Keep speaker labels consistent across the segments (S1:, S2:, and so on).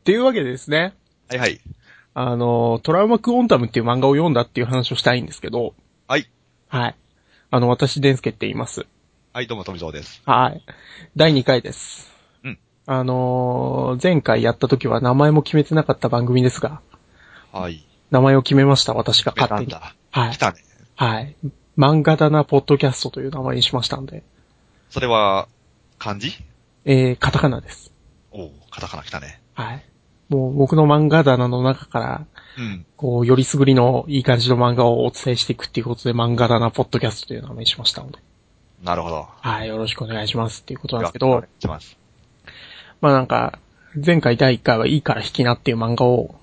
S1: っていうわけでですね、
S2: はいはい。
S1: あの、トラウマクオンタムっていう漫画を読んだっていう話をしたいんですけど、
S2: はい。
S1: はい。あの、私、デンスケって言います。
S2: はい、どうも、富蔵です。
S1: はい。第2回です。
S2: うん。
S1: あのー前回やった時は名前も決めてなかった番組ですが、
S2: はい。
S1: 名前を決めました、私が勝手に。
S2: だ。
S1: はい
S2: 来。たね。
S1: はい。漫画だな、ポッドキャストという名前にしましたんで、
S2: それは、漢字
S1: えー、カタカナです。
S2: おう、カタカナ来たね。
S1: はい。もう僕の漫画棚の中から、
S2: うん。
S1: こう、よりすぐりのいい感じの漫画をお伝えしていくっていうことで、漫画だな、ポッドキャストという名前にしましたので。
S2: なるほど。
S1: はい、よろしくお願いしますっていうことなんですけ
S2: お願
S1: ど
S2: い、します。
S1: まあなんか、前回第1回はいいから引きなっていう漫画を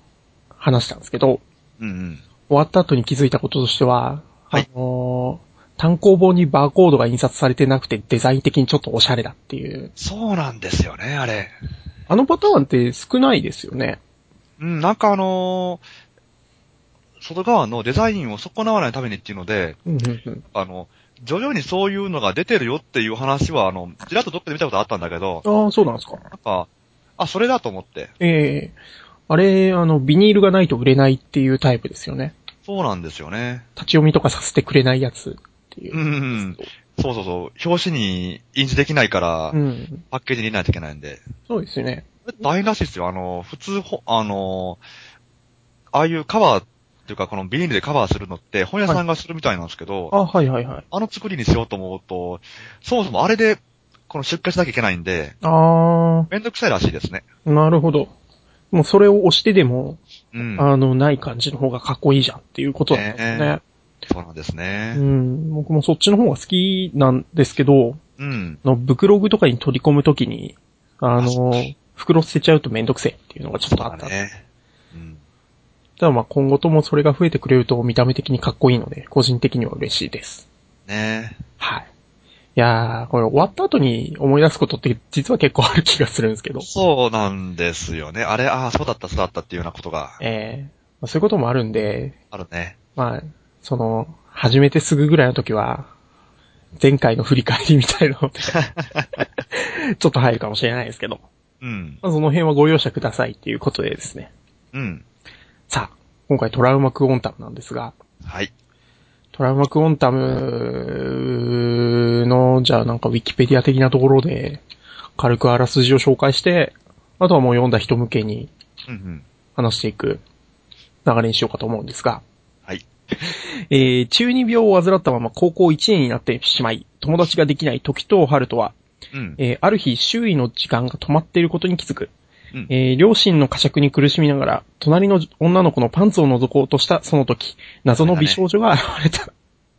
S1: 話したんですけど、
S2: うんうん。
S1: 終わった後に気づいたこととしては、
S2: はい
S1: あのー単行本にバーコードが印刷されてなくてデザイン的にちょっとオシャレだっていう。
S2: そうなんですよね、あれ。
S1: あのパターンって少ないですよね。
S2: うん、なんかあのー外側のデザインを損なわないためにっていうので、
S1: うんうんうん。
S2: あの、徐々にそういうのが出てるよっていう話は、あの、ちらっとどっかで見たことあったんだけど、
S1: ああ、そうなんですか。
S2: なんか、あ、それだと思って。
S1: ええあれ、あの、ビニールがないと売れないっていうタイプですよね。
S2: そうなんですよね。
S1: 立ち読みとかさせてくれないやつっていうう。
S2: ん。そうそうそう。表紙に印字できないから、
S1: うん。
S2: パッケージに入れないといけないんで。
S1: そうですよね。
S2: 大変らしいですよ。あの、普通ほ、あの、ああいうカバーっていうか、このビニールでカバーするのって、本屋さんがするみたいなんですけど、
S1: あ、はいはいはい。
S2: あの作りにしようと思うと、そもそもあれで、この出荷しなきゃいけないんで、
S1: あ
S2: めんどくさいらしいですね。
S1: あ、なるほど。もうそれを押してでも、
S2: うん。
S1: あの、ない感じの方がかっこいいじゃんっていうことなんですね。
S2: ねそうなんです
S1: う
S2: ね。
S1: ん、僕もそっちの方が好きなんですけど、
S2: うん。
S1: あの、ブクログとかに取り込むときに、あの、袋捨てちゃうとめんどくせえっていうのがちょっとあ
S2: だ
S1: った。
S2: ね。うん。
S1: ただまあ今後ともそれが増えてくれると見た目的にかっこいいので、個人的には嬉しいです。
S2: ね
S1: はい。いやー、これ終わった後に思い出すことって実は結構ある気がするんですけど。
S2: そうなんですよね。あれ、ああ、そうだった、そうだったっていうようなことが
S1: えーまあ、そういうこともあるんで、
S2: あるね。
S1: まあ、その、始めてすぐぐらいの時は、前回の振り返りみたいのを ちょっと入るかもしれないですけど、
S2: うん。
S1: まあ、その辺はご容赦くださいっていうことでですね。
S2: うん。
S1: さあ、今回トラウマクオンタムなんですが、
S2: はい。
S1: トラウマクオンタムの、じゃあなんかウィキペディア的なところで、軽くあらすじを紹介して、あとはもう読んだ人向けに
S2: うんうん。
S1: 話していく流れにしようかと思うんですが、
S2: はい。
S1: えー、中二病を患ったまま高校1年になってしまい、友達ができない時と春人は、
S2: うん。
S1: えー、ある日周囲の時間が止まっていることに気づく。
S2: うん
S1: えー、両親の呵責に苦しみながら、隣の女の子のパンツを覗こうとしたその時、謎の美少女が現れた。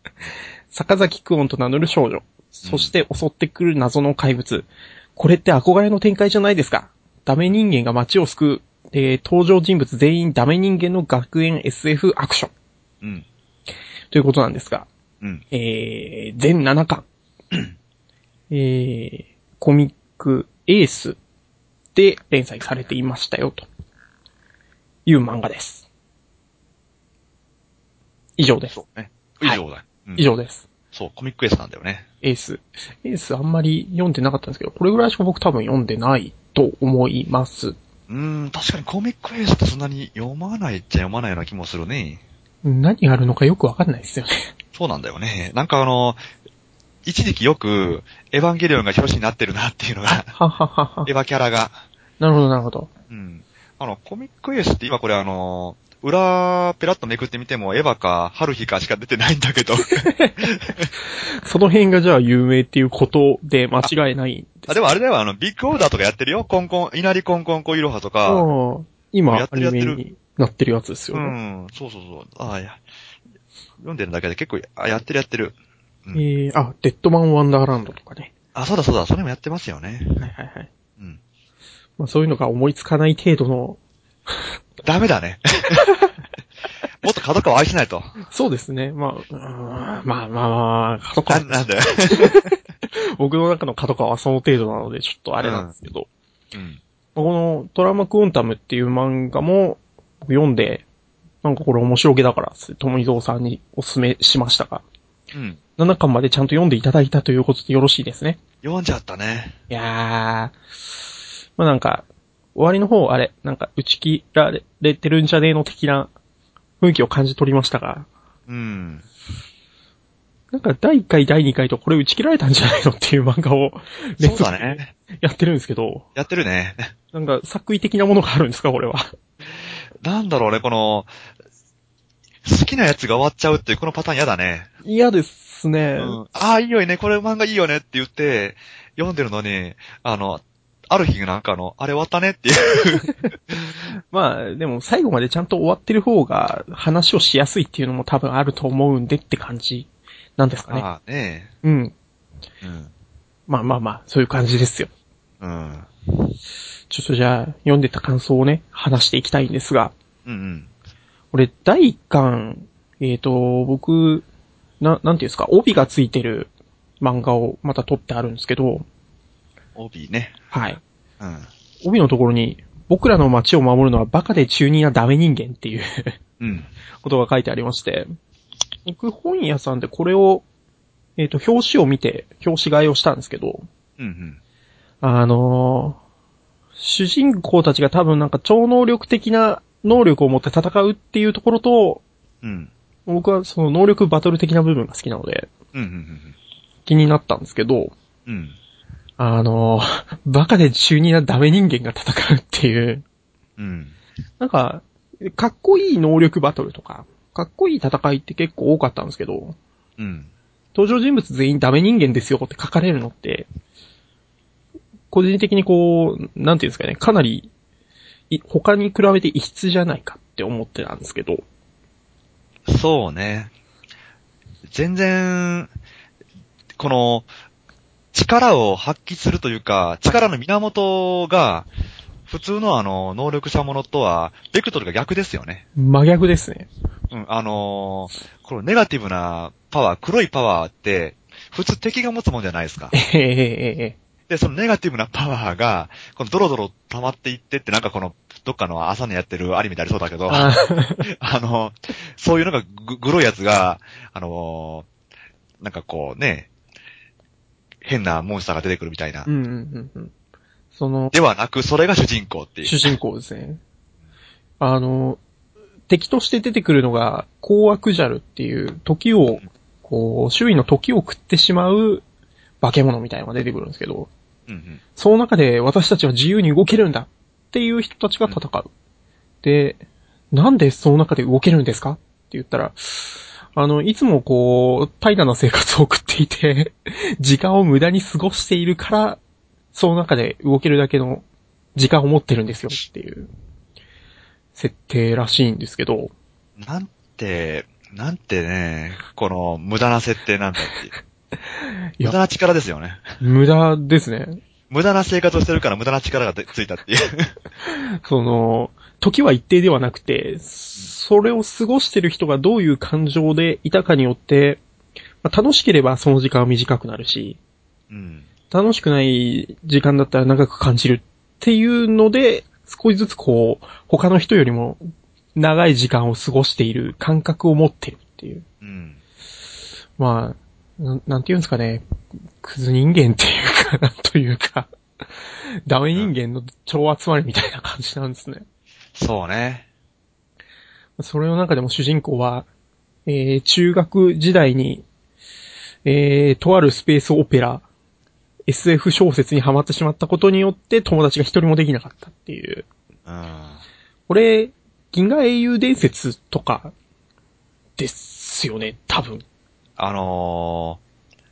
S1: 坂崎久音と名乗る少女。そして襲ってくる謎の怪物。これって憧れの展開じゃないですか。ダメ人間が街を救う。えー、登場人物全員ダメ人間の学園 SF アクション。
S2: うん。
S1: ということなんですが。
S2: うん。
S1: えー、全7巻。 えー、コミックエースで連載されていましたよ、という漫画です。以上です。
S2: そうね。以
S1: はい
S2: 上だ。うん
S1: 以。上です。
S2: そう、コミックエースなんだよね。
S1: エース。エースあんまり読んでなかったんですけど、これぐらいしか僕多分読んでないと思います。
S2: うーん、確かにコミックエースってそんなに読まないっちゃ読まないような気もするね。
S1: 何があるのかよくわかんないですよ ね。、
S2: そうなんだよね。なんかあの、一時期よく、エヴァンゲリオンが表紙になってるなっていうのが
S1: はははは
S2: エ。ヴァキャラが。
S1: なるほど、なるほど。
S2: うん。あの、コミックエースって今これあの、裏、ペラッとめくってみても、エヴァか、ハルヒかしか出てないん だけど。
S1: その辺がじゃあ有名っていうことで間違いない。
S2: あ、でもあれだよ、あの、ビッグオーダーとかやってるよ。コンコン、稲荷コンコンコイロハとか。
S1: うん今、
S2: やっ
S1: ア
S2: て
S1: ニ
S2: るやっ
S1: メ
S2: てる
S1: になってるやつですよ
S2: う
S1: ね。
S2: ん、そうそうそう。ああ、いや、読んでるだけで結構、あ、やってるやってる。うん
S1: えー、あ、デッドマン・ワンダーランドとかね。
S2: あ、そうだそうだ、それもやってますよね。
S1: はいはいはい。
S2: うん。
S1: まあそういうのが思いつかない程度の、
S2: ダメだね。 もっと角川を愛しないと。
S1: そうですね。まあ、うーんまあまあまあ、角
S2: な、
S1: 川、
S2: なんだよ。
S1: 僕の中の角川はその程度なのでちょっとあれなんですけど、
S2: うん。
S1: まあこのトラマクオンタムっていう漫画も僕読んで、なんかこれ面白げだから、ともいぞうさんにお勧めしましたが、
S2: うん。
S1: 7巻までちゃんと読んでいただいたということでよろしいですね。
S2: 読んじゃったね。
S1: いやー、まあなんか、終わりの方、あれ、なんか打ち切られてるんじゃねえの的な雰囲気を感じ取りましたが、
S2: うん。
S1: なんか第1回、第2回とこれ打ち切られたんじゃないのっていう漫画を
S2: そうだね。
S1: やってるんですけど、
S2: やってるね。
S1: なんか作為的なものがあるんですか、これは。
S2: なんだろうね、この、好きなやつが終わっちゃうっていうこのパターン嫌だね。
S1: 嫌ですね。
S2: うん、ああ、いいよね、これ漫画いいよねって言って、読んでるのに、あの、ある日なんかあの、あれ終わったねっていう。
S1: まあ、でも最後までちゃんと終わってる方が話をしやすいっていうのも多分あると思うんでって感じなんですかね。
S2: ああ、ね
S1: うん。
S2: え。うん。
S1: まあまあまあ、そういう感じですよ。
S2: うん。
S1: ちょっとじゃあ、読んでた感想をね、話していきたいんですが、
S2: うんうん。
S1: 俺、第1巻、えっ、と、僕、な、なんていうんですか、帯がついてる漫画をまた撮ってあるんですけど、
S2: 帯ね。
S1: はい。
S2: うん。
S1: 帯のところに、僕らの街を守るのはバカで中二なダメ人間っていう
S2: うん。
S1: ことが書いてありまして、僕本屋さんでこれを、えっ、と、表紙を見て、表紙買いをしたんですけど、
S2: うんうん。
S1: あのー主人公たちが多分なんか超能力的な能力を持って戦うっていうところと、
S2: うん。
S1: 僕はその能力バトル的な部分が好きなので
S2: うんうん
S1: 気になったんですけど、
S2: うん。うん。
S1: あのーバカで中二なダメ人間が戦うっていう、
S2: うん。
S1: なんか、かっこいい能力バトルとか、かっこいい戦いって結構多かったんですけど、
S2: うん。
S1: 登場人物全員ダメ人間ですよって書かれるのって、個人的にこう、なんていうんですかね、かなり、い他に比べて異質じゃないかって思ってたんですけど、
S2: そうね。全然、この、力を発揮するというか、力の源が、普通のあの、能力者ものとは、ベクトルが逆ですよね。
S1: 真逆ですね。
S2: うん、あのーこのネガティブなパワー、黒いパワーって、普通敵が持つもんじゃないですか
S1: え。ええええ
S2: で、そのネガティブなパワーが、このドロドロ溜まっていってって、なんかこの、どっかの朝のやってるアニメでありそうだけど、
S1: あ
S2: あ
S1: ー
S2: の、そういうのがグ、グロいやつが、あのーなんかこうね、変なモンスターが出てくるみたいな
S1: う。んうんうんうん。その、
S2: ではなく、それが主人公っていう。
S1: 主人公ですね。あの、敵として出てくるのが、高悪ジャルっていう、時を、こう、周囲の時を食ってしまう化け物みたいなのが出てくるんですけど、
S2: うんうん。
S1: その中で私たちは自由に動けるんだっていう人たちが戦う。で、なんでその中で動けるんですかって言ったら、あの、いつもこう、怠惰な生活を送っていて、 時間を無駄に過ごしているから、その中で動けるだけの時間を持ってるんですよっていう、設定らしいんですけど、
S2: なんて、なんてね、この、無駄な設定なんだっていう。
S1: いや
S2: 無駄な力ですよね。
S1: 無駄ですね。
S2: 無駄な生活をしてるから無駄な力がでついたっていう。
S1: その、時は一定ではなくて、それを過ごしてる人がどういう感情でいたかによって、まあ楽しければその時間は短くなるし、
S2: うん。
S1: 楽しくない時間だったら長く感じるっていうので、少しずつこう、他の人よりも長い時間を過ごしている感覚を持ってるっていう。
S2: うん。
S1: まあ、なんなんて言うんですかね、クズ人間っていうか、なんというか、ダメ人間の超集まりみたいな感じなんですね。
S2: そうね。
S1: それの中でも主人公は、えー、中学時代に、えー、とあるスペースオペラ、SF 小説にハマってしまったことによって友達が一人もできなかったっていう。
S2: うん。
S1: これ、銀河英雄伝説とか、ですよね、多分。
S2: あのー、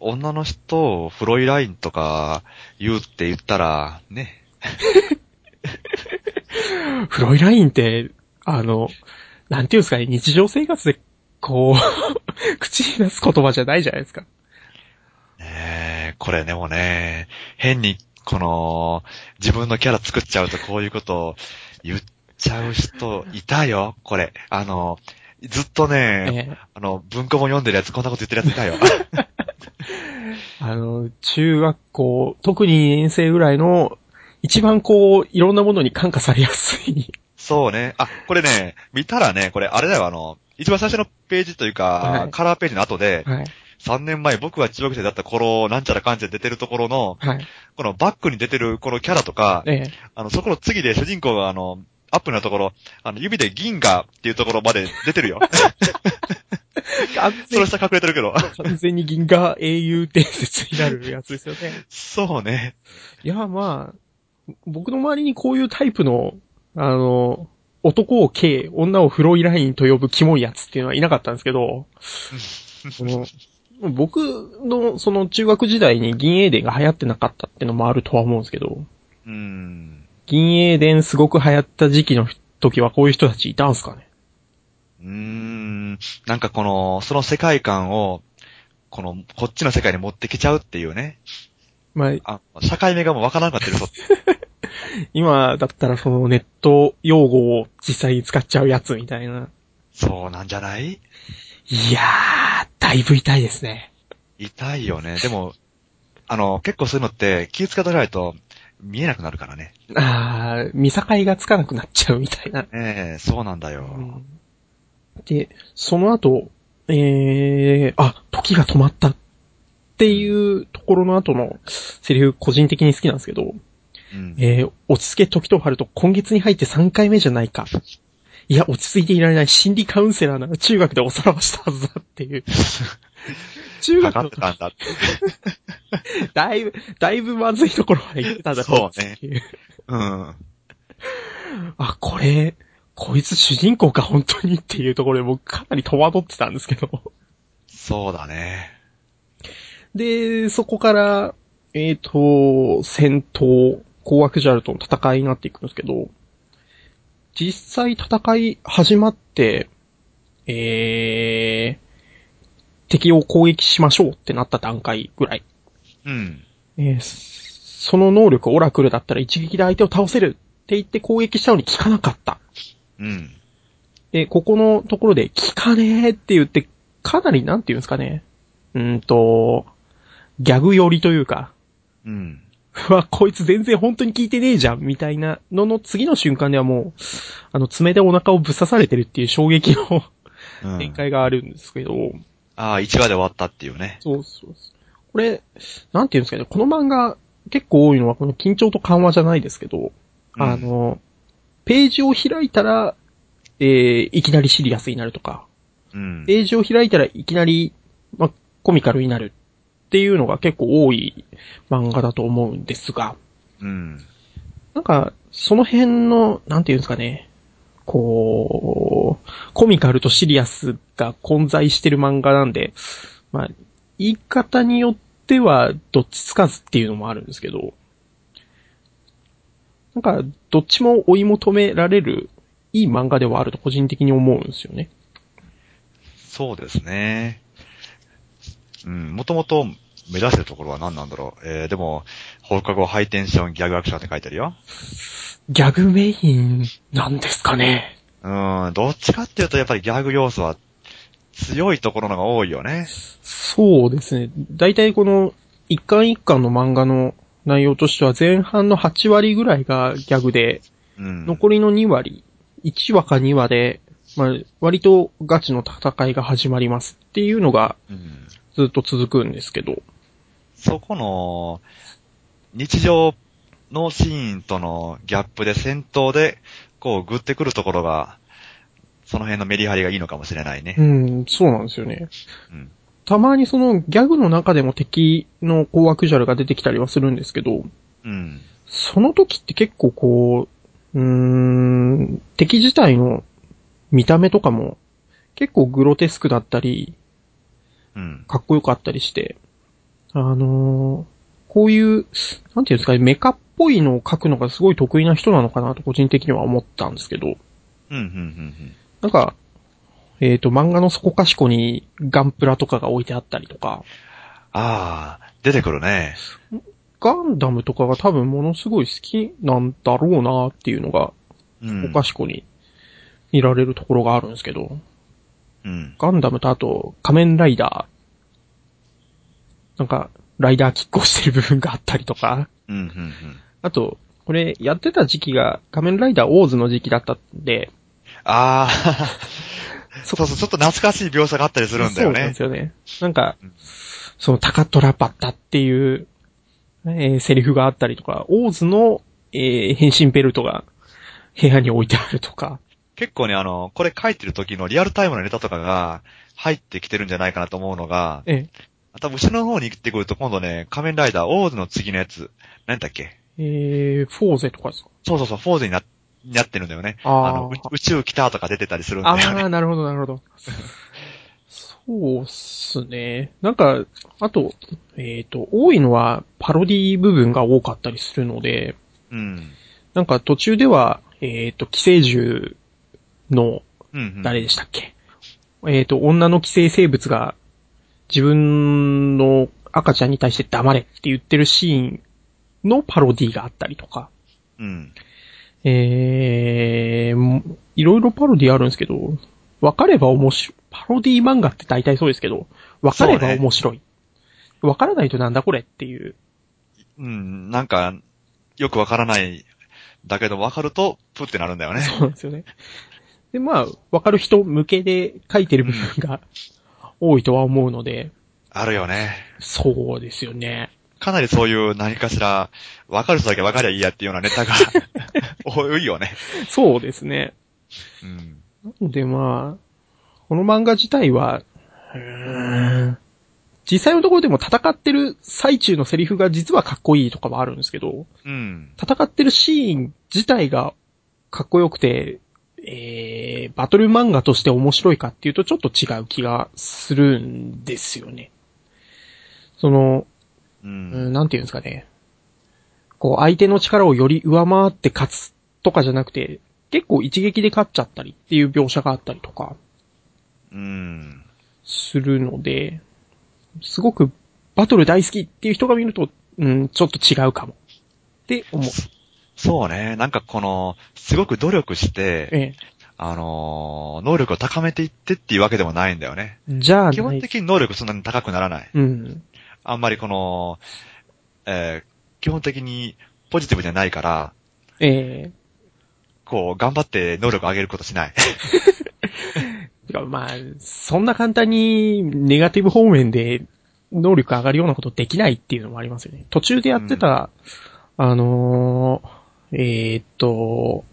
S2: 女の人をフロイラインとか言うって言ったら、ね。
S1: フロイラインって、あの、なんていうんですかね、日常生活で、こう、 口に出す言葉じゃないじゃないですか。
S2: ねえ、これでもね、変に、この、自分のキャラ作っちゃうとこういうことを言っちゃう人、いたよ、これ。あの、ずっとね、
S1: えー
S2: あの、文庫本読んでるやつ、こんなこと言ってるやつい たよ。
S1: あの、中学校、特に2年生ぐらいの、一番こう、いろんなものに感化されやすい。
S2: そうね。あ、これね、見たらね、これあれだよ、あの、一番最初のページというか、
S1: はい
S2: カラーページの後で、
S1: はい。
S2: 3年前僕が中学生だった頃、なんちゃらかんちゃら出てるところの、
S1: はい。
S2: このバックに出てるこのキャラとか、
S1: ええ。
S2: あの、そこの次で主人公があの、アップのところ、あの、指で銀河っていうところまで出 てるよ。
S1: 完
S2: そ
S1: 全
S2: の
S1: に、
S2: 下隠れてるけど。
S1: 完全に銀河英雄伝説になるやつですよね。
S2: そうね。
S1: いや、まあ、僕の周りにこういうタイプの、あの、男を K、女をフロイラインと呼ぶキモいやつっていうのはいなかったんですけど、その僕のその中学時代に銀英伝が流行ってなかったってのもあるとは思うんですけど、
S2: うーん。
S1: 銀英伝すごく流行った時期の時はこういう人たちいたんすかね
S2: うーん。なんかこの、その世界観を、この、こっちの世界に持ってきちゃうっていうね。
S1: まあ、
S2: あ、社会目がもうわからなくなってるぞ。
S1: 今だったらそのネット用語を実際に使っちゃうやつみたいな。
S2: そうなんじゃない
S1: いやー、だいぶ痛いですね。
S2: 痛いよね。でも、あの、結構そういうのって気使ってないと見えなくなるからね。
S1: あー、見境がつかなくなっちゃうみたいな。
S2: ええそうなんだよ。
S1: で、その後、えー、あ、時が止まったっていうところの後のセリフ個人的に好きなんですけど、
S2: うん。
S1: えー、落ち着け時と春と今月に入って3回目じゃないか。いや、落ち着いていられない心理カウンセラーなら中学でおさらばしたはずだっていう。中
S2: か
S1: 学
S2: かっ
S1: の
S2: てたんだって。
S1: だいぶ、だいぶまずいところまで行ってただろってい
S2: うん。
S1: あ、これ、こいつ主人公か本当にっていうところで僕かなり戸惑ってたんですけど。
S2: そうだね。
S1: で、そこから、えっ、と、戦闘、高悪ジャルとの戦いになっていくんですけど、実際戦い始まって、えー、敵を攻撃しましょうってなった段階ぐらい。
S2: うん。
S1: えーその能力オラクルだったら一撃で相手を倒せるって言って攻撃したのに効かなかった。
S2: うん。
S1: で、ここのところで、聞かねえって言って、かなり、なんて言うんですかね。うーんと、ギャグ寄りというか、
S2: うん。
S1: うわ、こいつ全然本当に聞いてねえじゃん、みたいなのの次の瞬間ではもう、あの、爪でお腹をぶっ刺されてるっていう衝撃の
S2: うん
S1: 展開があるんですけど、
S2: ああ、1話で終わったっていうね。
S1: そうそうそうこれ、なんて言うんですかね、この漫画、結構多いのはこの緊張と緩和じゃないですけど、
S2: うん
S1: あの、ページを開いたら、えー、いきなりシリアスになるとか、
S2: うん。
S1: ページを開いたらいきなり、まあ、コミカルになるっていうのが結構多い漫画だと思うんですが、
S2: うん。
S1: なんか、その辺の、なんていうんですかね、こう、コミカルとシリアスが混在してる漫画なんで、まあ、言い方によってはどっちつかずっていうのもあるんですけど、なんか、どっちも追い求められるいい漫画ではあると個人的に思うんですよね。
S2: そうですね。うん。もともと目指してるところは何なんだろう。えー、でも、放課後ハイテンションギャグアクションって書いてるよ。
S1: ギャグメインなんですかね。
S2: うん。どっちかっていうと、やっぱりギャグ要素は強いところのが多いよね。
S1: そうですね。大体この一巻一巻の漫画の内容としては前半の8割ぐらいがギャグで、
S2: うん。
S1: 残りの2割、1話か2話で、まあ、割とガチの戦いが始まりますっていうのが
S2: うん。
S1: ずっと続くんですけど。
S2: そこの、日常のシーンとのギャップで戦闘で、こう、グってくるところが、その辺のメリハリがいいのかもしれないね
S1: う。ん、そうなんですよね。
S2: うん。
S1: たまにそのギャグの中でも敵の高悪ジャルが出てきたりはするんですけど、
S2: うん。
S1: その時って結構こう、うーん、敵自体の見た目とかも結構グロテスクだったり、
S2: うん。
S1: かっこよかったりして、あのーこういう、なんていうんですかね、メカっぽいのを描くのがすごい得意な人なのかなと個人的には思ったんですけど、
S2: うん、うん、うん
S1: なんか、えっ、と、漫画のそこかしこにガンプラとかが置いてあったりとか、
S2: ああ、出てくるね。
S1: ガンダムとかが多分ものすごい好きなんだろうなっていうのが
S2: うん。
S1: おかしこに見られるところがあるんですけど、
S2: うん。
S1: ガンダムとあと仮面ライダー、なんか、ライダーキックをしてる部分があったりとか、
S2: うん、うん、うん。
S1: あと、これや ってた時期が仮面ライダーオーズの時期だったんで、
S2: ああ、
S1: そ
S2: そうそう、ちょっと懐かしい描写があったりするんだよ
S1: そうなん
S2: ね
S1: で。すよね。なんか
S2: うん、
S1: そのタカトラパッタっていう、ねえーセリフがあったりとか、オーズの、えー変身ベルトが部屋に置いてあるとか、
S2: 結構ね、あの、これ書いてる時のリアルタイムのネタとかが入ってきてるんじゃないかなと思うのが、
S1: え
S2: 多分後ろの方に行ってくると今度ね、仮面ライダー、オーズの次のやつ、なんだっけ
S1: えーフォーゼとかですか
S2: そうそうそう、フォーズにな、になってるんだよね。
S1: あー
S2: の、う宇宙来たとか出てたりするんだ
S1: あ
S2: よね。
S1: ー、なるほど、なるほど。そうっすね。なんか、あと、えっ、と、多いのはパロディ部分が多かったりするので、
S2: うん。
S1: なんか途中では、えっ、と、寄生獣の
S2: うん、うん。
S1: 誰でしたっけ、えっ、と、女の寄生生物が自分の赤ちゃんに対して黙れって言ってるシーンのパロディがあったりとか、
S2: うん。
S1: えーも、いろいろパロディあるんですけど、わかれば面白い。パロディ漫画って大体そうですけど、わかれば面白い。わ、からないとなんだこれっていう。
S2: うん、なんか、よくわからない、だけどわかると、プってなるんだよね。
S1: そうなんですよね。で、まあ、わかる人向けで書いてる部分が多いとは思うので、
S2: あるよね。
S1: そうですよね。
S2: かなりそういう何かしら、わかる人だけわかりゃいいやっていうようなネ タが、多いよね。
S1: そうですね。
S2: うん。
S1: で、まあ、この漫画自体は、うーん実際のところでも戦ってる最中のセリフが実はかっこいいとかはあるんですけど、
S2: うん。
S1: 戦ってるシーン自体がかっこよくて、えー、バトル漫画として面白いかっていうとちょっと違う気がするんですよね。その、
S2: う
S1: うん
S2: ん。
S1: なんていうんですかね。こう、相手の力をより上回って勝つとかじゃなくて、結構一撃で勝っちゃったりっていう描写があったりとか
S2: うん。
S1: するので、すごくバトル大好きっていう人が見ると、うん、ちょっと違うかも。って思う。
S2: そうね。なんかこの、すごく努力して、
S1: ええ。
S2: あのー能力を高めていってっていうわけでもないんだよね。
S1: じゃあない、
S2: 基本的に能力そんなに高くならない。
S1: うん。
S2: あんまりこの、えー基本的にポジティブじゃないから、
S1: ええ
S2: こう、頑張って能力上げることしない。
S1: てかまあ、そんな簡単にネガティブ方面で能力上がるようなことできないっていうのもありますよね。途中でやってた、あのーえーっと、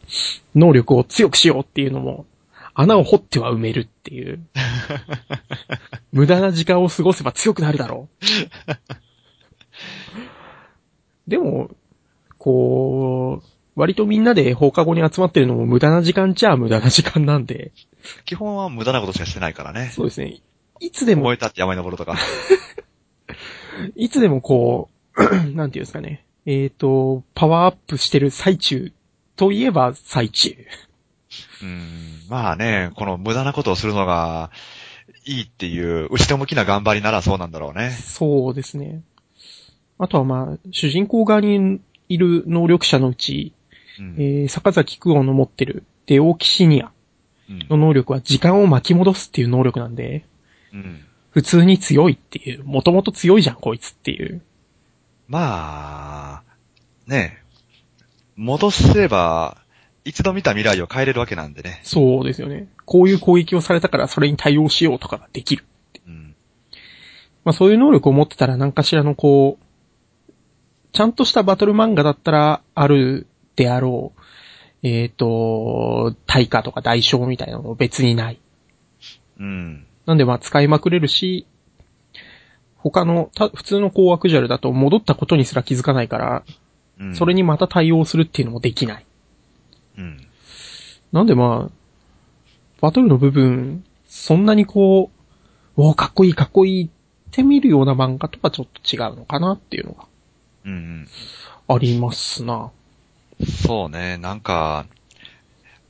S1: 能力を強くしようっていうのも、穴を掘っては埋めるっていう。無駄な時間を過ごせば強くなるだろう。でも、こう、割とみんなで放課後に集まってるのも無駄な時間っちゃ無駄な時間なんで、
S2: 基本は無駄なことしかしてないからね。
S1: そうですね。いつでも
S2: 燃えたって山に登るとか。
S1: いつでもこう、 なんていうんですかね。えっ、と、パワーアップしてる最中といえば最中。
S2: うん、まあね、この無駄なことをするのがいいっていう、後ろ向きな頑張りならそうなんだろうね。
S1: そうですね。あとはまあ、主人公側にいる能力者のうち、
S2: うん。
S1: えー、坂崎久遠の持ってるデオキシニア
S2: うん
S1: の能力は時間を巻き戻すっていう能力なんで、
S2: うん
S1: 普通に強いっていう、もともと強いじゃんこいつっていう。
S2: まあ、ね、戻せば、一度見た未来を変えれるわけなんでね。
S1: そうですよね。こういう攻撃をされたからそれに対応しようとかができる。
S2: うん。
S1: まあそういう能力を持ってたら何かしらのこう、ちゃんとしたバトル漫画だったらあるであろう、えっ、と、対価とか代償みたいなのも別にない。
S2: うん。
S1: なんでまあ使いまくれるし、他の、た普通のこうアクジュアルだと戻ったことにすら気づかないから、
S2: うん
S1: それにまた対応するっていうのもできない。
S2: うん。
S1: なんでまあ、バトルの部分、そんなにこう、おお、かっこいいかっこいいって見るような漫画とはちょっと違うのかなっていうのが
S2: うんうん。
S1: ありますな。
S2: そうね、なんか、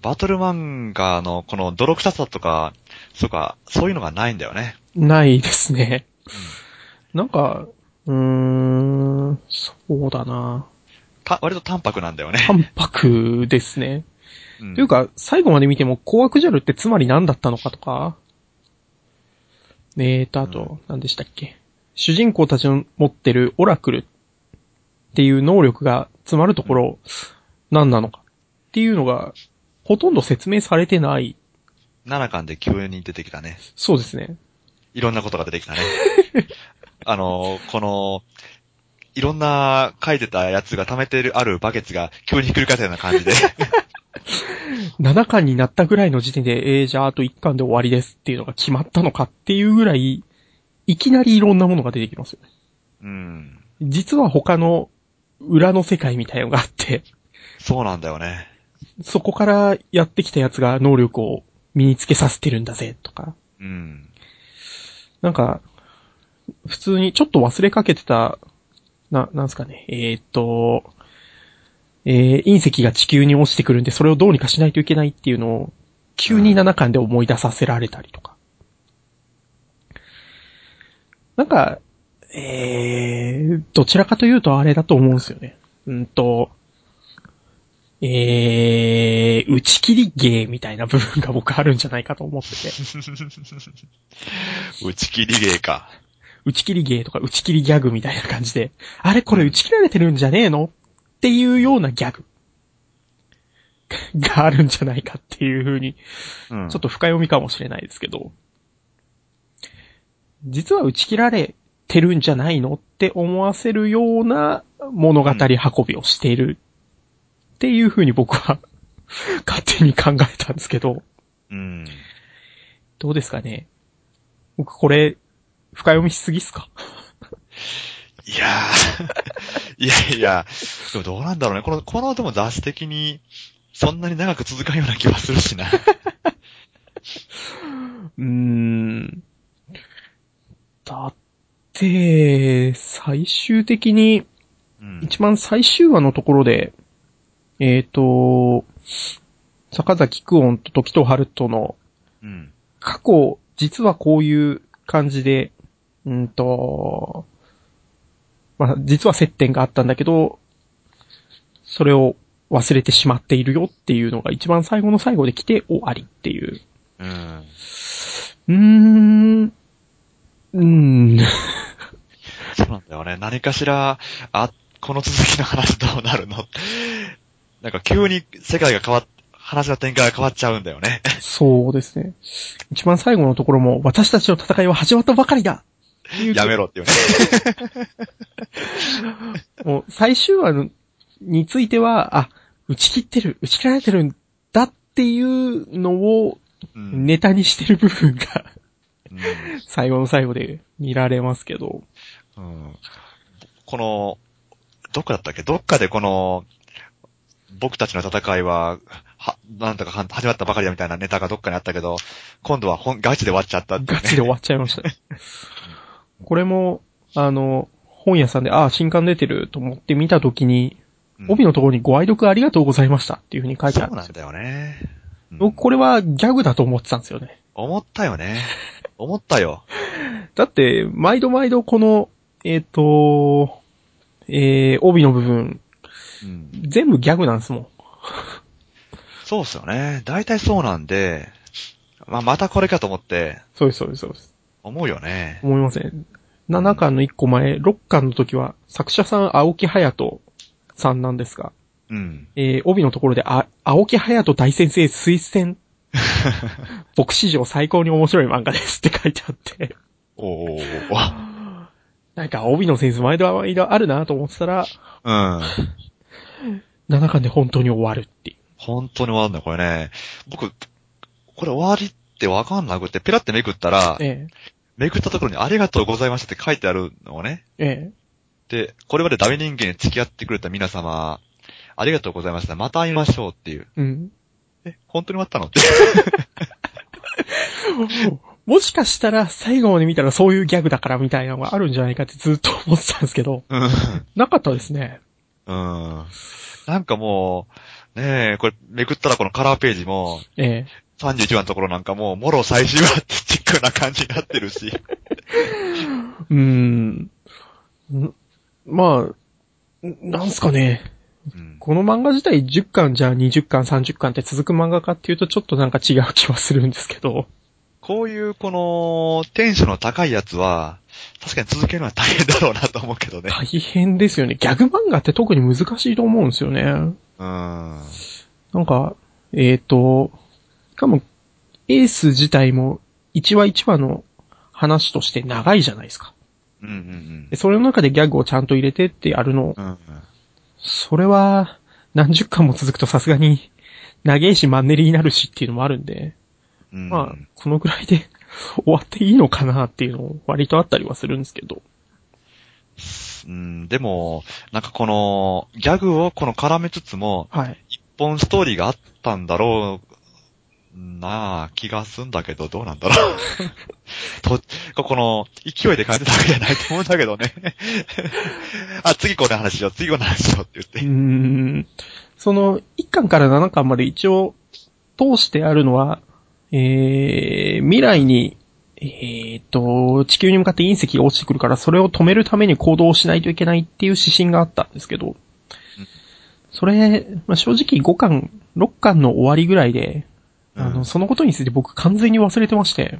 S2: バトル漫画のこの泥臭さとか、そうか、そういうのがないんだよね。
S1: ないですね。 なんか、うーん、そうだな。
S2: た、割と淡白なんだよね。
S1: 淡白ですね。
S2: ん
S1: という、か、最後まで見ても、紅白ジャルってつまり何だったのかとか、えーと、あ
S2: うん
S1: と、何でしたっけ。主人公たちの持ってるオラクルっていう能力が詰まるところ、何なのかっていうのが、ほとんど説明されてない
S2: 7巻で急に出てきたね。
S1: そうですね。
S2: いろんなことが出て きたね。あの、この、いろんな書いてたやつが溜めてるあるバケツが急にひっくり返ったような感 じで。
S1: 7巻になったぐらいの時点で、えー、じゃああと1巻で終わりですっていうのが決まったのかっていうぐらい、いきなりいろんなものが出てきますよね。
S2: うん。
S1: 実は他の裏の世界みたいのがあって、
S2: そうなんだよね。
S1: そこからやってきたやつが能力を身につけさせてるんだぜとか、
S2: うん。
S1: なんか、普通にちょっと忘れかけてた、な、なんすかね、えーっと、えー隕石が地球に落ちてくるんで、それをどうにかしないといけないっていうのを、急に7巻で思い出させられたりとか。なんか、えー、どちらかというとあれだと思うんですよね。うんと、えー、打ち切り芸みたいな部分が僕あるんじゃないかと思ってて。
S2: 打ち切り芸か。
S1: 打ち切り芸とか打ち切りギャグみたいな感じで、あれこれ打ち切られてるんじゃねえのっていうようなギャグ があるんじゃないかっていう風に、
S2: うん。
S1: ちょっと深読みかもしれないですけど、実は打ち切られてるんじゃないのって思わせるような物語運びをしているっていう風に僕は 勝手に考えたんですけど、
S2: うん。
S1: どうですかね僕これ、深読みしすぎっすか
S2: いやー。い やいや、でもどうなんだろうね。この、このでも雑誌的に、そんなに長く続かんような気はする しな。
S1: うーん。だって、最終的に、
S2: うん。
S1: 一番最終話のところで、えっ、と、坂崎久音と時と春との
S2: うん。
S1: 過去、実はこういう感じで、うんと、まあ、実は接点があったんだけど、それを忘れてしまっているよっていうのが一番最後の最後で来て終わりっていう。
S2: うん。
S1: うーん。うーん。
S2: そうなんだよね。何かしら、あ、この続きの話どうなるのなんか急に世界が変わっ、話の展開が変わっちゃうんだ よね。
S1: そうですね。一番最後のところも、私たちの戦いは始まったばかりだ
S2: やめろっていうね。
S1: もう最終話のについては、あ、打ち切ってる、打ち切られてるんだっていうのを
S2: うん。
S1: ネタにしてる部分が
S2: うん
S1: 最後の最後で見られますけど。
S2: うんこの、どっかだったっけどっかでこの、僕たちの戦いは、は、なんとかは始まったばかりだみたいなネタがどっかにあったけど、今度は本、ガチで終わっちゃったっていう
S1: ガ
S2: ね。
S1: チで終わっちゃいましたね。これも、あの、本屋さんで、ああ、新刊出てると思って見たときに、
S2: うん
S1: 帯のところにご愛読ありがとうございましたっていうふうに書いてある
S2: そうん
S1: で
S2: な
S1: す
S2: ん
S1: よ。
S2: だよね。うん
S1: 僕これはギャグだと思ってたんですよね。
S2: 思ったよね。思ったよ。
S1: だって、毎度毎度この、えっ、と、えー、帯の部分、
S2: うん
S1: 全部ギャグなんですもん。
S2: そうっすよね。大体そうなんで、まあ、またこれかと思って、
S1: そうです、そうです、そうです。
S2: 思うよね。
S1: 思いません。7巻の1個前、6巻の時は、作者さん青木隼人さんなんですが、
S2: うん。
S1: えー、帯のところで、あ、青木隼人大先生推薦。僕史上最高に面白い漫画ですって書いてあって。
S2: おーおーおー
S1: なんか帯のセンス毎度毎度あるなと思ってたら、
S2: うん。
S1: 7巻で本当に終わるっていう。
S2: 本当に終わるんだ、これね。僕、これ終わりってわかんなくて、ペラってめくったら、
S1: え
S2: めくったところにありがとうございましたって書いてあるのをね。
S1: え、え
S2: で、これまでダメ人間に付き合ってくれた皆様、ありがとうございました。また会いましょうっていう。
S1: え、うん。
S2: え、本当に終わった のって。
S1: もしかしたら最後まで見たらそういうギャグだからみたいなのがあるんじゃないかってずっと思ってたんですけど、
S2: うん
S1: なかったですね。
S2: うん。なんかもう、ねえ、これめくったらこのカラーページも、
S1: ええ。
S2: 31話のところなんかもう、もろ最終話ってチックな感じになってるし。
S1: うーん。んまあ、んなんすかね。
S2: うん。
S1: この漫画自体10巻じゃあ20巻30巻って続く漫画かっていうとちょっとなんか違う気はするんですけど。
S2: こういう、この、テンションの高いやつは、確かに続けるのは大変だろうなと思うけどね。
S1: 大変ですよね。ギャグ漫画って特に難しいと思うんですよね。
S2: うん。
S1: なんか、えっ、と、しかも、エース自体も1話1話の話として長いじゃないですか。
S2: うんうん
S1: でそれの中でギャグをちゃんと入れてってやるの、
S2: うん。うんうん。
S1: それは何十巻も続くとさすがに長いしマンネリになるしっていうのもあるんで、
S2: うん
S1: まあ、このぐらいで 終わっていいのかなっていうのを割とあったりはするんですけど。
S2: うん、でも、なんかこの、ギャグをこの絡めつつも、
S1: はい。
S2: 一本ストーリーがあったんだろう、なあ、気がすんだけど、どうなん だろう。と、この、勢いで変えてたわけじゃないと思うんだけ どね。あ、次この話しよう、次この話しようって
S1: う
S2: 言
S1: ー
S2: って。
S1: ん。その、1巻から7巻まで一応、通してあるのは、えー、未来に、えーっと、地球に向かって隕石が落ちてくるから、それを止めるために行動をしないといけないっていう指針があったんですけど、それ、まあ、正直5巻、6巻の終わりぐらいで、あ
S2: う
S1: の、
S2: ん
S1: そのことについて僕完全に忘れてまして、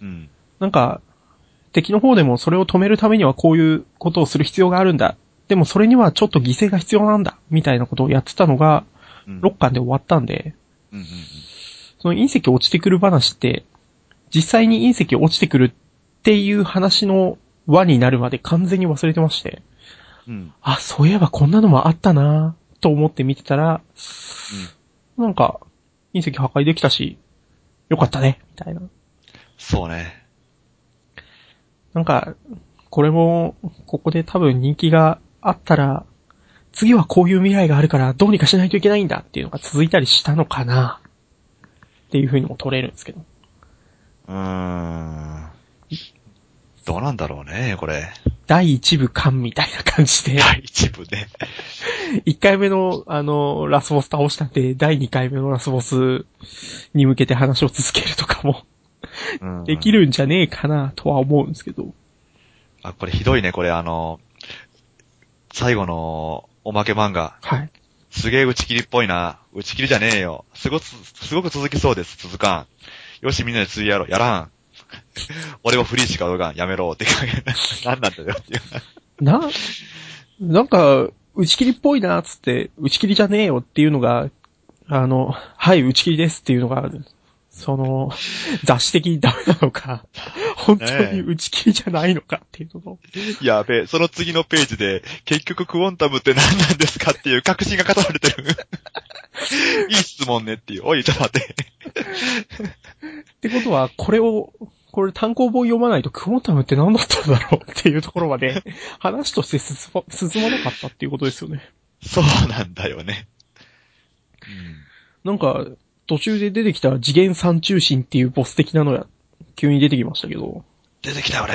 S2: うん。
S1: なんか、敵の方でもそれを止めるためにはこういうことをする必要があるんだ。でもそれにはちょっと犠牲が必要なんだ。みたいなことをやってたのが、
S2: うん
S1: 6巻で終わったんで、
S2: うんうん
S1: その隕石落ちてくる話って、実際に隕石落ちてくるっていう話の輪になるまで完全に忘れてまして、
S2: うん。うん。
S1: あ、そういえばこんなのもあったなぁと思って見てたら、なんか、隕石破壊できたし、よかったね、みたいな。
S2: そうね。
S1: なんか、これも、ここで多分人気があったら、次はこういう未来があるからどうにかしないといけないんだっていうのが続いたりしたのかなっていう風にも取れるんですけど。
S2: うーん。どうなんだろうね、これ。
S1: 第一部感みたいな感じで、
S2: 第一部ね。
S1: 1回目のあの、ラスボス倒したんで、第2回目のラスボスに向けて話を続けるとかも
S2: うん
S1: できるんじゃねえかなとは思うんですけど。
S2: あ、これひどいね、これあの、最後のおまけ漫画。
S1: はい。
S2: すげえ打ち切りっぽいな。打ち切りじゃねえよ。すごく、すごく続きそうです。続かん。よし、みんなで次やろう。やらん。俺はフリーしか動かん。やめろ。って感じ。なんなんだよ。っていう
S1: な、なんか、打ち切りっぽいな、つって、打ち切りじゃねえよっていうのが、あの、はい、打ち切りですっていうのが、その、雑誌的にダメなのか、本当に打ち切りじゃないのかっていうのを、
S2: やべえ。その次のページで、結局クォンタムって何なんですかっていう確信が語られてる。いい質問ねっていう。おい、ちょっと待って。
S1: ってことは、これを、これ単行本読まないとクォータムって何だったんだろうっていうところまで、話として進ま進まなかったっていうことですよね。
S2: そうなんだよね。うん
S1: なんか、途中で出てきた次元三中心っていうボス的なのや、急に出てきましたけど、
S2: 出てきた俺。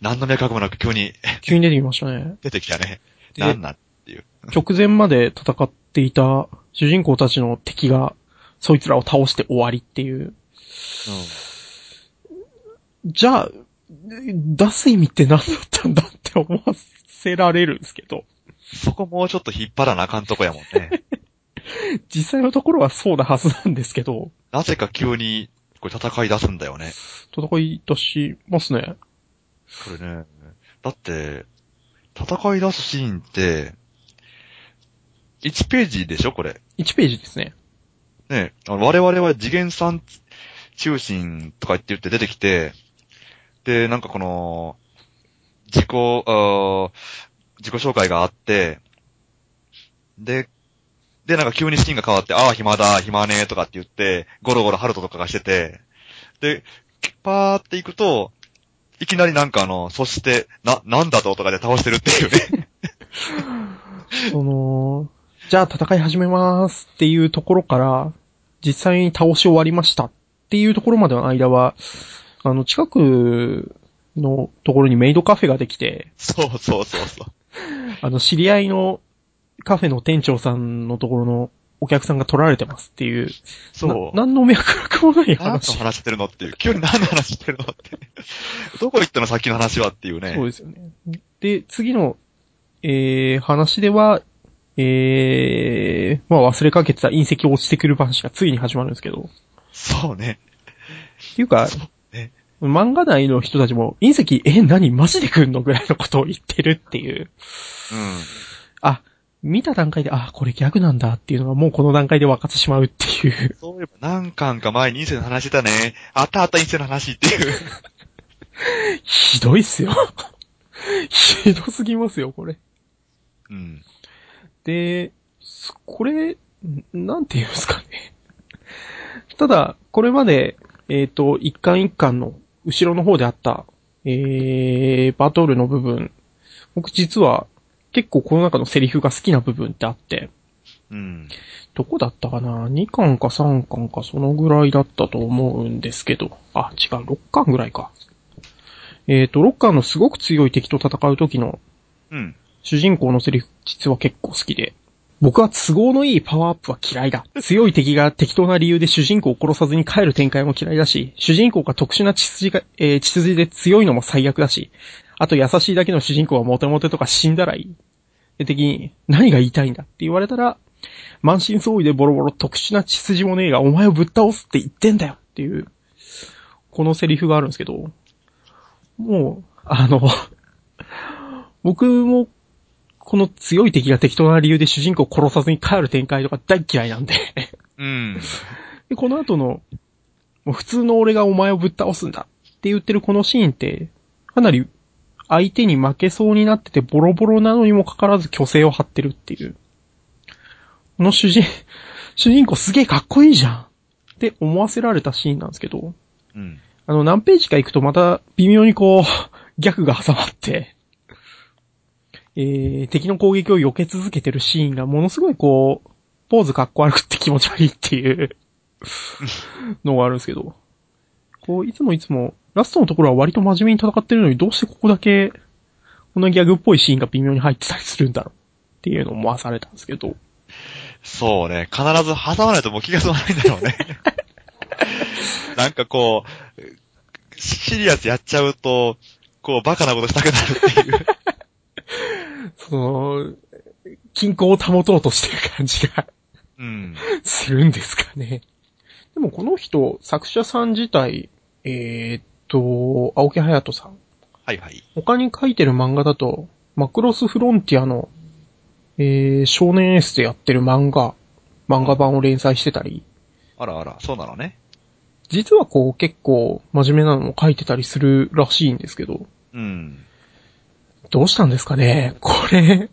S2: 何の脈絡もなく急に
S1: 急に出てきましたね。
S2: 出てきたね。
S1: で
S2: なんなんっていう。
S1: 直前まで戦っていた主人公たちの敵が、そいつらを倒して終わりっていう。じゃあ、出す意味って何だったんだって思わせられるんですけど、
S2: そこもうちょっと引っ張らなあかんとこやもんね。
S1: 実際のところはそうなはずなんですけど、
S2: なぜか急に、これ戦い出すんだよね。
S1: 戦い出しますね。
S2: これね。だって、戦い出すシーンって、1ページでしょこれ。
S1: 1ページですね。
S2: ね。あの我々は次元さん中心とか言って言って出てきて、で、なんかこの、自己、あー自己紹介があって、で、で、なんか急にシーンが変わって、ああ、暇だ、暇ねーとかって言って、ゴロゴロハルトとかがしてて、で、パーって行くと、いきなりなんかあの、そして、な、なんだととかで倒してるっていうね。
S1: その、じゃあ戦い始めますっていうところから、実際に倒し終わりましたっていうところまでの間は、あの、近くのところにメイドカフェができて、
S2: そうそうそうそう。
S1: あの、知り合いのカフェの店長さんのところのお客さんが取られてますっていう。
S2: そう。
S1: な何の脈絡もない
S2: 何の
S1: 話。
S2: 話してるのっていう。急に何の話してるのって。 どこ行ったのさっきの話はっていうね。
S1: そうですよね。で、次の、えー、話では、えー、まあ忘れかけてた隕石落ちてくる話がついに始まるんですけど。
S2: そうね。
S1: っていうか、
S2: そうね
S1: 漫画内の人たちも隕石、え、何マジで来んのぐらいのことを言ってるっていう。
S2: うん。
S1: あ、見た段階で、あ、これギャグなんだっていうのがもうこの段階で分かってしまうっていう。
S2: そういえば何巻か前に陰性の話してたね。あったあった陰性の話っていう。
S1: ひどいっすよ。 ひどすぎますよ、これ。
S2: うん。
S1: で、すこれ、んなんて言うんですかね。ただ、これまで、えっ、と、一巻一巻の後ろの方であった、えー、バトルの部分、僕実は結構この中のセリフが好きな部分ってあって、
S2: うん。
S1: どこだったかな ?2 巻か3巻かそのぐらいだったと思うんですけど。あ、違う、6巻ぐらいか。えっ、と、6巻のすごく強い敵と戦う時の
S2: うん。
S1: 主人公のセリフ実は結構好きで。僕は都合のいいパワーアップは嫌いだ。強い敵が適当な理由で主人公を殺さずに帰る展開も嫌いだし、主人公が特殊な血筋が、えー血筋で強いのも最悪だし、あと優しいだけの主人公はモテモテとか死んだらいい。で、敵に何が言いたいんだって言われたら、満身創痍でボロボロ特殊な血筋もねえがお前をぶっ倒すって言ってんだよっていう、このセリフがあるんですけど、もう、あの、僕もこの強い敵が適当な理由で主人公を殺さずに帰る展開とか大嫌いなんで
S2: うん。
S1: でこの後の、もう普通の俺がお前をぶっ倒すんだって言ってるこのシーンって、かなり相手に負けそうになっててボロボロなのにもかかわらず虚勢を張ってるっていう。この主人、主人公すげえかっこいいじゃんって思わせられたシーンなんですけど、
S2: うん。
S1: あの何ページか行くとまた微妙にこう、 逆が挟まって、えー、敵の攻撃を避け続けてるシーンがものすごいこう、ポーズかっこ悪くって気持ち悪いっていうのがあるんですけど、こう、いつもいつも、ラストのところは割と真面目に戦ってるのにどうしてここだけ、このギャグっぽいシーンが微妙に入ってたりするんだろうっていうのを思わされたんですけど、
S2: そうね。必ず挟まないともう気が済まないんだろう ね。なんかこう、シリアスやっちゃうと、こう、バカなことしたくな るっていう。
S1: その、均衡を保とうとしてる感じが。
S2: うん。
S1: するんですかね。でもこの人、作者さん自体、えーっと、青木隼人さん。
S2: はいはい。
S1: 他に書いてる漫画だと、マクロスフロンティアの、えー少年エースでやってる漫画、漫画版を連載してたり、
S2: あらあら、そうなのね。
S1: 実はこう結構真面目なのも書いてたりするらしいんですけど、
S2: うん。
S1: どうしたんですかねこれ、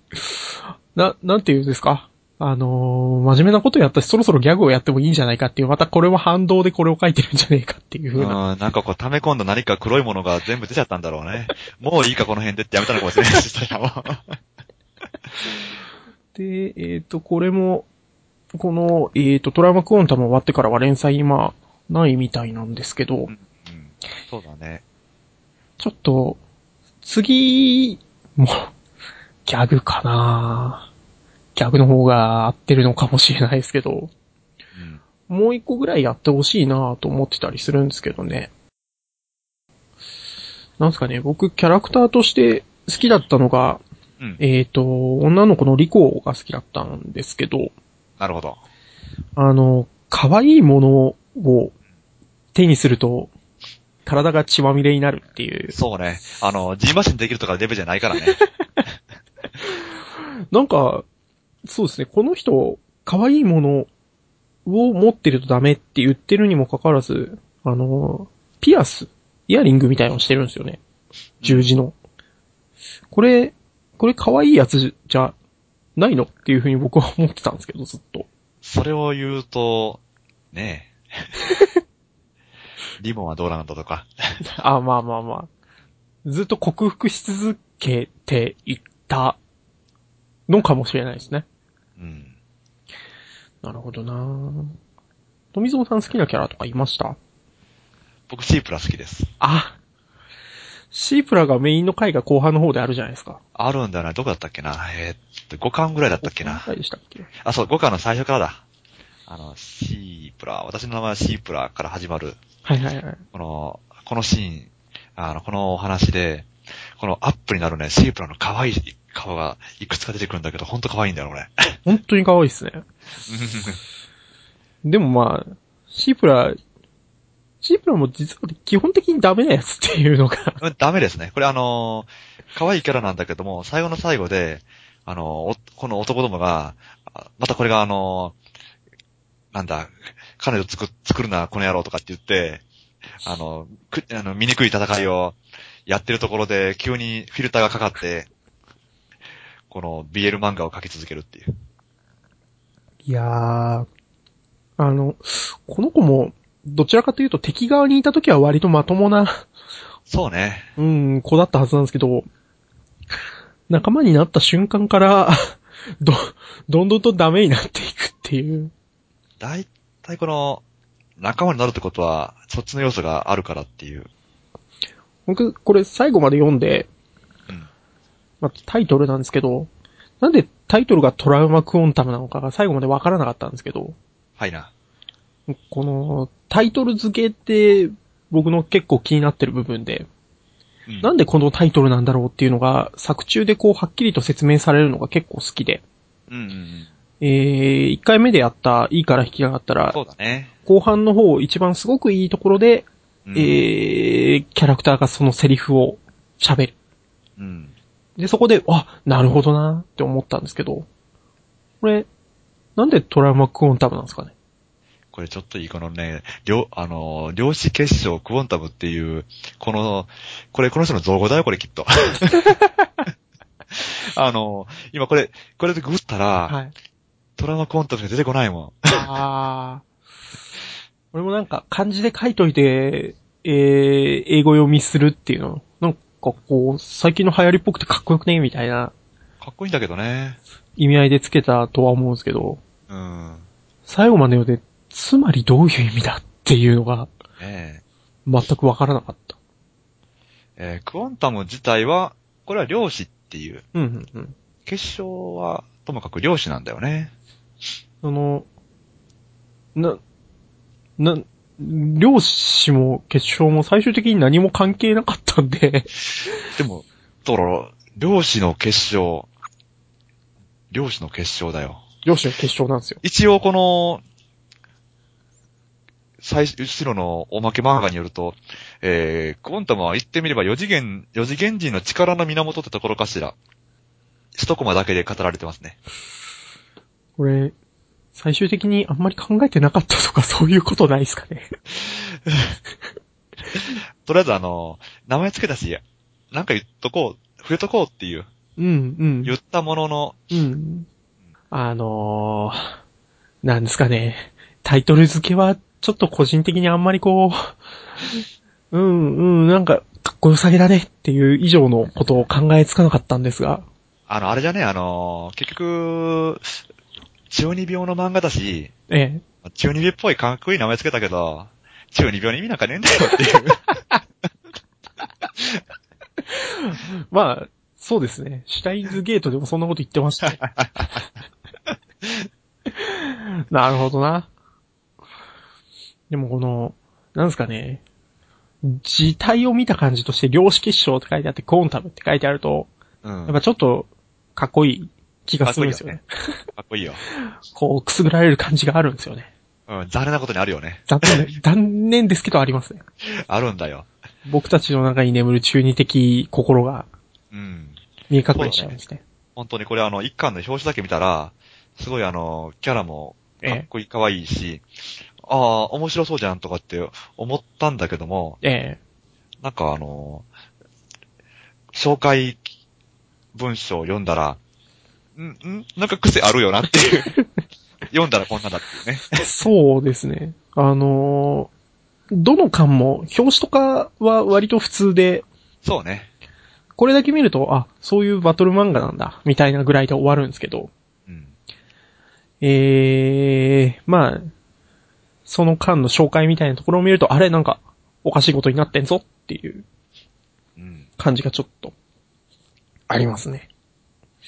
S1: な、なんて言うんですかあのー真面目なことやったし、そろそろギャグをやってもいいんじゃないかっていう、またこれは反動でこれを書いてるんじゃねえかっていう
S2: う
S1: 風
S2: ん、
S1: な。
S2: なんかこう、溜め込んだ何か黒いものが全部出ちゃったんだろう ね。もういいか、この辺でってやめたのかもしれないし、それは。
S1: で、えっ、と、これも、この、えっ、と、トラウマクオンタム終わってからは連載今、ないみたいなんですけど
S2: う、んうんそうだね。
S1: ちょっと、次、もう、 ギャグかなギャグの方が合ってるのかもしれないですけど、
S2: うん
S1: もう一個ぐらいやってほしいなと思ってたりするんですけどね。なんすかね、僕、キャラクターとして好きだったのが、
S2: うん。
S1: えっ、と、女の子のリコが好きだったんですけど、
S2: なるほど。
S1: あの、可愛いものを手にすると、体が血まみれになるっていう。
S2: そうね。あの、ジーマシンできるとかレベルじゃないか らね。
S1: なんか、そうですね、この人、可愛いものを持ってるとダメって言ってるにもかかわらず、あの、ピアス、イヤリングみたいのしてるんですよね。十字の。これ、これ可愛いやつじゃないのっていうふうに僕は思ってたんですけど、ずっと。
S2: それを言うと、ね え。リボンはどうなんだとか。
S1: あ、まあまあまあ。ずっと克服し続けていったのかもしれないですね。
S2: うん。
S1: なるほどなぁ富蔵さん好きなキャラとかいました
S2: 僕、シープラ好きです。
S1: あシープラがメインの回が後半の方であるじゃないですか。
S2: あるんだよな。どこだったっけな。えーっと、5巻ぐらいだったっけな
S1: 何。回でしたっけ
S2: あ、そう、5巻の最初からだ。あの、シープラ、私の名前はシープラから始まる。
S1: はいはいはい。
S2: この、このシーン、あの、このお話で、このアップになるね、シープラの可愛い顔がいくつか出てくるんだけど、ほんと可愛いんだよ、これ。
S1: 本当に可愛いですね。でもまあ、シープラ、シープラも実は基本的にダメなやつっていうのが
S2: うんダメですね。これあのー可愛いキャラなんだけども、最後の最後で、あの、おこの男どもが、あまたこれがあの、なんだ、彼女作、作るな、この野郎とかって言って、あの、く、あの、醜い戦いをやってるところで、急にフィルターがかかって、この BL 漫画を描き続けるっていう。
S1: いやー、あの、この子も、どちらかというと敵側にいた時は割とまともな、
S2: そうね。
S1: うん、子だったはずなんですけど、仲間になった瞬間から、 ど、どんどんとダメになっていくっていう。
S2: だいたいこの、仲間になるってことは、そっちの要素があるからっていう。
S1: 僕、これ最後まで読んで、
S2: うん。
S1: まあ、タイトルなんですけど、なんでタイトルがトラウマクオンタムなのかが最後までわからなかったんですけど、
S2: はいな。
S1: このタイトル付けって僕の結構気になってる部分で、
S2: うん
S1: なんでこのタイトルなんだろうっていうのが作中でこうはっきりと説明されるのが結構好きで、
S2: うんうんうん。
S1: えー、1回目でやったいいから引き上がったら
S2: そ、うだね。
S1: 後半の方一番すごくいいところで、
S2: うん
S1: えー、キャラクターがそのセリフを喋る。
S2: うん。
S1: で、そこで、あ、なるほどなって思ったんですけど、これ、なんでトラウマクオンタムなんですかね
S2: これちょっといい、このね、量、あのー、量子結晶クォンタムっていう、この、これ、この人の造語だよ、これき っと。あのー、今これ、これでググったら、
S1: はい。
S2: トラウマクォンタムしか出てこないも。
S1: ああ。俺もなんか漢字で書いといて、えー、英語読みするっていうの。なんかこう、最近の流行りっぽくてかっこよくねみたいなん
S2: かっこいいんだけどね。
S1: 意味合いでつけたとは思うんですけど、
S2: うん。
S1: 最後まで読んで、つまりどういう意味だっていうのが
S2: え
S1: 全くわからなかった。
S2: ええークォンタム自体は、これは量子っていう。
S1: うんうんうん。
S2: 結晶は、ともかく量子なんだよね。
S1: その、な、な、両子も結晶も最終的に何も関係なかったん で、
S2: でも、とろ、量子の結晶、量子の結晶だよ。
S1: 両子の結晶なんですよ。
S2: 一応この、最初、後ろのおまけ漫画によると、えー、クォンタムは言ってみれば4次元、4次元人の力の源ってところかしら。一コマだけで語られてますね。
S1: これ、最終的にあんまり考えてなかったとかそういうことないですかね。
S2: とりあえずあの、名前つけたし、なんか言っとこう、触れとこうっていう、
S1: うん、うん。
S2: 言ったものの、
S1: うん。あのー、なんですかね。タイトル付けは、ちょっと個人的にあんまりこう、 うん、うん、なんか、かっこよさげだねっていう以上のことを考えつかなかったんですが。
S2: あの、あれじゃね、あの、結局、中二病の漫画だし、
S1: ええ。
S2: 中二病っぽいかっこいい名前つけたけど、中二病に意味なんかねえんだよっていう。
S1: まあ、そうですね。シュタインズゲートでもそんなこと言ってました ね。なるほどな。でもこの、なんですかね。字体を見た感じとして、量子結晶って書いてあって、コーンタムって書いてあると、
S2: う
S1: や
S2: ん
S1: っぱちょっと、かっこいい気がするんですよね。
S2: かっこいいよ。
S1: こう、くすぐられる感じがあるんですよね。
S2: うん、残念なことにあるよね。
S1: 残 念、残念ですけどありますね。
S2: あるんだよ。
S1: 僕たちの中に眠る中二的心が
S2: うん。
S1: 見え隠れしちゃうんですね。
S2: 本当にこれあの、一巻の表紙だけ見たら、すごいあの、キャラも
S1: ええ
S2: かっこいい、可愛いし、ああ、面白そうじゃんとかって思ったんだけども、
S1: ええ。
S2: なんかあの、紹介文章を読んだら、ん、ん、なんか癖あるよなっていう。 読んだらこんなんだっていうね。
S1: そうですね。あのーどの巻も、表紙とかは割と普通で、
S2: そうね。
S1: これだけ見ると、あ、そういうバトル漫画なんだ、みたいなぐらいで終わるんですけど、
S2: うん。
S1: えー、まあ、その巻の紹介みたいなところを見ると、あれなんか、おかしいことになってんぞっていう
S2: うん。
S1: 感じがちょっと、ありますね。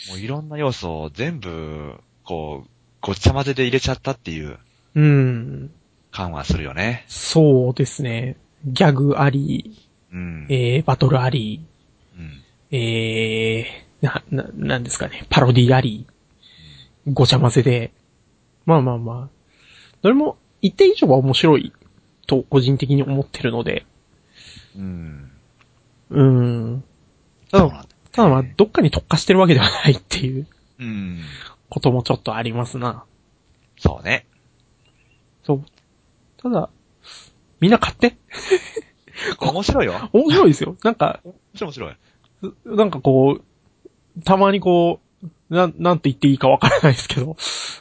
S2: もういろんな要素を全部、こう、ごっちゃ混ぜで入れちゃったっていう
S1: うん、
S2: 感はするよね。
S1: そうですね。ギャグあり、
S2: うん。
S1: えー、バトルあり、
S2: うん。
S1: えー、な、な、なんですかね、パロディあり、ごちゃ混ぜで、まあまあまあ、どれも一定以上は面白いと個人的に思ってるので、
S2: うん。
S1: うーん。
S2: そ
S1: た
S2: うなん
S1: だ、
S2: だ
S1: ただまあ、どっかに特化してるわけではないっていう。
S2: うん。
S1: こともちょっとありますな。
S2: そうね。
S1: そう。ただ、みんな買って。
S2: 面白いよ。
S1: 面白いですよ。なんか、
S2: 面白い面白い。
S1: なんかこう、たまにこう、なん、なんて言っていいかわからないですけど、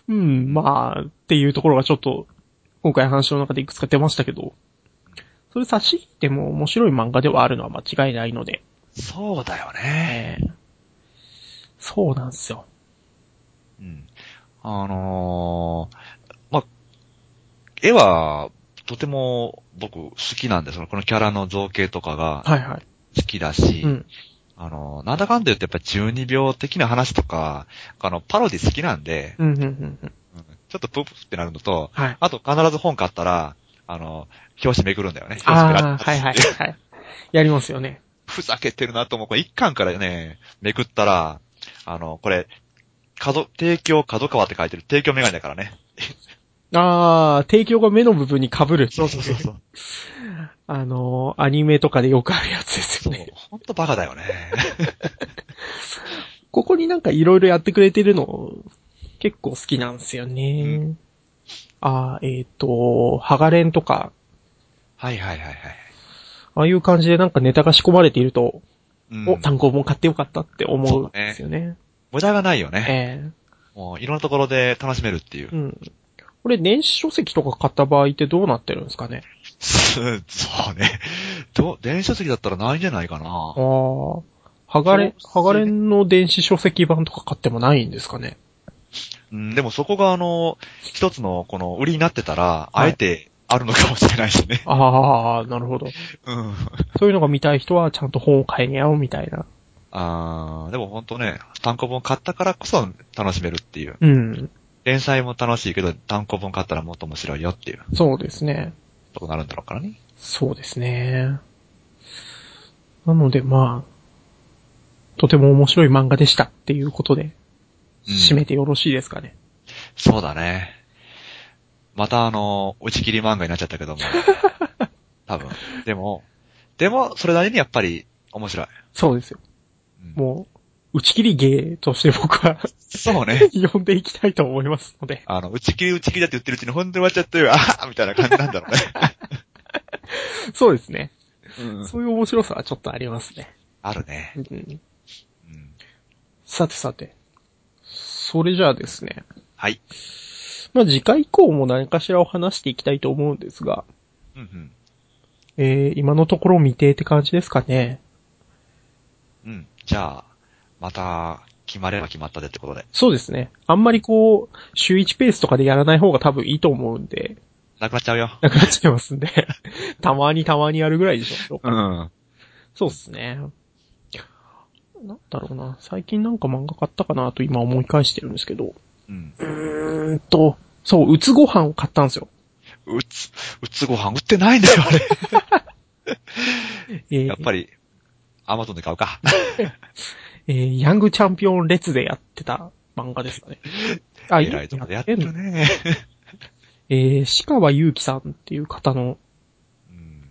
S1: うん、まあ、っていうところがちょっと、今回話の中でいくつか出ましたけど、それ差し引いても面白い漫画ではあるのは間違いないので、
S2: そうだよね。
S1: ええそうなんですよ。
S2: うん。あのー、まあ、絵は、とても僕好きなんで、その、このキャラの造形とかが
S1: はいはい。
S2: 好きだし、
S1: うん。
S2: あのー、なんだかんだ言ってやっぱ12秒的な話とか、あの、パロディ好きなんで、
S1: うん、うん、うんうん。
S2: うんちょっとプープーってなるのと、
S1: はい。
S2: あと必ず本買ったら、あの、表紙めくるんだよね。表紙ペラ
S1: ああ、
S2: ッ
S1: はいはいはい。やりますよね。
S2: ふざけてるなと思う。これ一巻からね、めくったら、あの、これ、角、提供角川って書いてる。提供メガネだからね。
S1: ああ、提供が目の部分に被る。
S2: そうそうそうそう。
S1: あのーアニメとかでよくあるやつです
S2: そ
S1: よ
S2: う
S1: ね。。
S2: ほんとバカだよね。
S1: ここになんかいろいろやってくれてるの、結構好きなんですよね。
S2: う
S1: ああ、えっ、と、ハガレンとか、
S2: はいはいはいはい。
S1: ああいう感じでなんかネタが仕込まれていると、
S2: うん、
S1: お、単行本買ってよかったって思うん
S2: そうね
S1: ですよね。
S2: 無駄がないよね。
S1: え
S2: もういろんなところで楽しめるっていう
S1: え。うん。これ電子書籍とか買った場合ってどうなってるんですかね
S2: そうね。ど、電子書籍だったらないんじゃないかな
S1: あ。あ、ハガレン、ハガレンの電子書籍版とか買ってもないんですかね
S2: うん、でもそこがあの、一つのこの売りになってたら、
S1: はい
S2: あえてあるのかもしれないしね。
S1: ああ、なるほど。
S2: うん。
S1: そういうのが見たい人はちゃんと本を買いに合うみたいな。
S2: あー、でもほんとね、単行本買ったからこそ楽しめるっていう。
S1: うん。
S2: 連載も楽しいけど、単行本買ったらもっと面白いよっていう
S1: そうですね。
S2: とこになるんだろうからね。
S1: そうですね。なので、まあ、とても面白い漫画でしたっていうことで、
S2: うん
S1: 締めてよろしいですかね。
S2: そうだね。またあの、打ち切り漫画になっちゃった けども。多分。でも、でも、それなりにやっぱり面白い。
S1: そうですよ。
S2: うん
S1: もう、打ち切り芸として僕は
S2: そうね。
S1: 呼んでいきたいと思いますので、
S2: あの、打ち切り打ち切りだって言ってるうちに本当に終わっちゃったよ、あはみたいな感じなんだろうね。
S1: そうですね。
S2: うん
S1: そういう面白さはちょっとありますね。
S2: あるね。
S1: うん、
S2: うん
S1: さてさて。それじゃあですね。
S2: はい。
S1: まあ次回以降も何かしらを話していきたいと思うんですが、
S2: うんうん。
S1: えー、今のところ未定って感じですかね。
S2: うん。じゃあ、また、決まれば決まったでってことで。
S1: そうですね。あんまりこう、週1ペースとかでやらない方が多分いいと思うんで、
S2: なくなっちゃうよ。
S1: なくなっちゃいますんで。 たまにたまにやるぐらいでしょ。
S2: うん。
S1: そうですね。なんだろうな。最近なんか漫画買ったかなと今思い返してるんですけど。
S2: うん。
S1: うーんと、そう、うつご飯を買ったんですよ。
S2: うつ、うつご飯売ってないんだよ、あれ。
S1: えー
S2: やっぱり、アマゾンで買うか。
S1: えーヤングチャンピオン列でやってた漫画ですか ね。あ
S2: えらいとこでやってる
S1: の
S2: ね。
S1: えー、鹿川祐希さんっていう方の
S2: うん。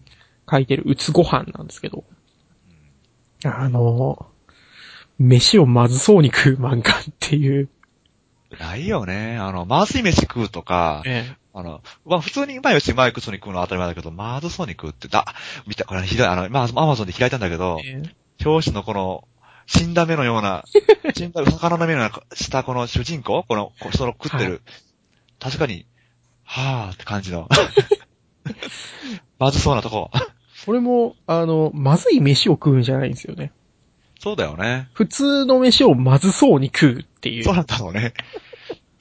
S1: 書いてるうつご飯なんですけど、あの、飯をまずそうに食う漫画っていう。
S2: ないよね。あの、まずい飯食うとか、あの、まあ、普通にうまい飯うまいそうに食うのは当たり前だけど、まずそうに食うって、だ、見た、これひどい、あの、まあ、アマゾンで開いたんだけど、
S1: えー
S2: 表紙のこの、死んだ目のよう な、死んだ魚の目のような、したこの主人公この、こその食ってる。確かに、はぁーって感じの。 まずそうなとこ。
S1: これも、あの、まずい飯を食うんじゃないんですよね。
S2: そうだよね。
S1: 普通の飯をまずそうに食うっていう。
S2: そうなんだろうね。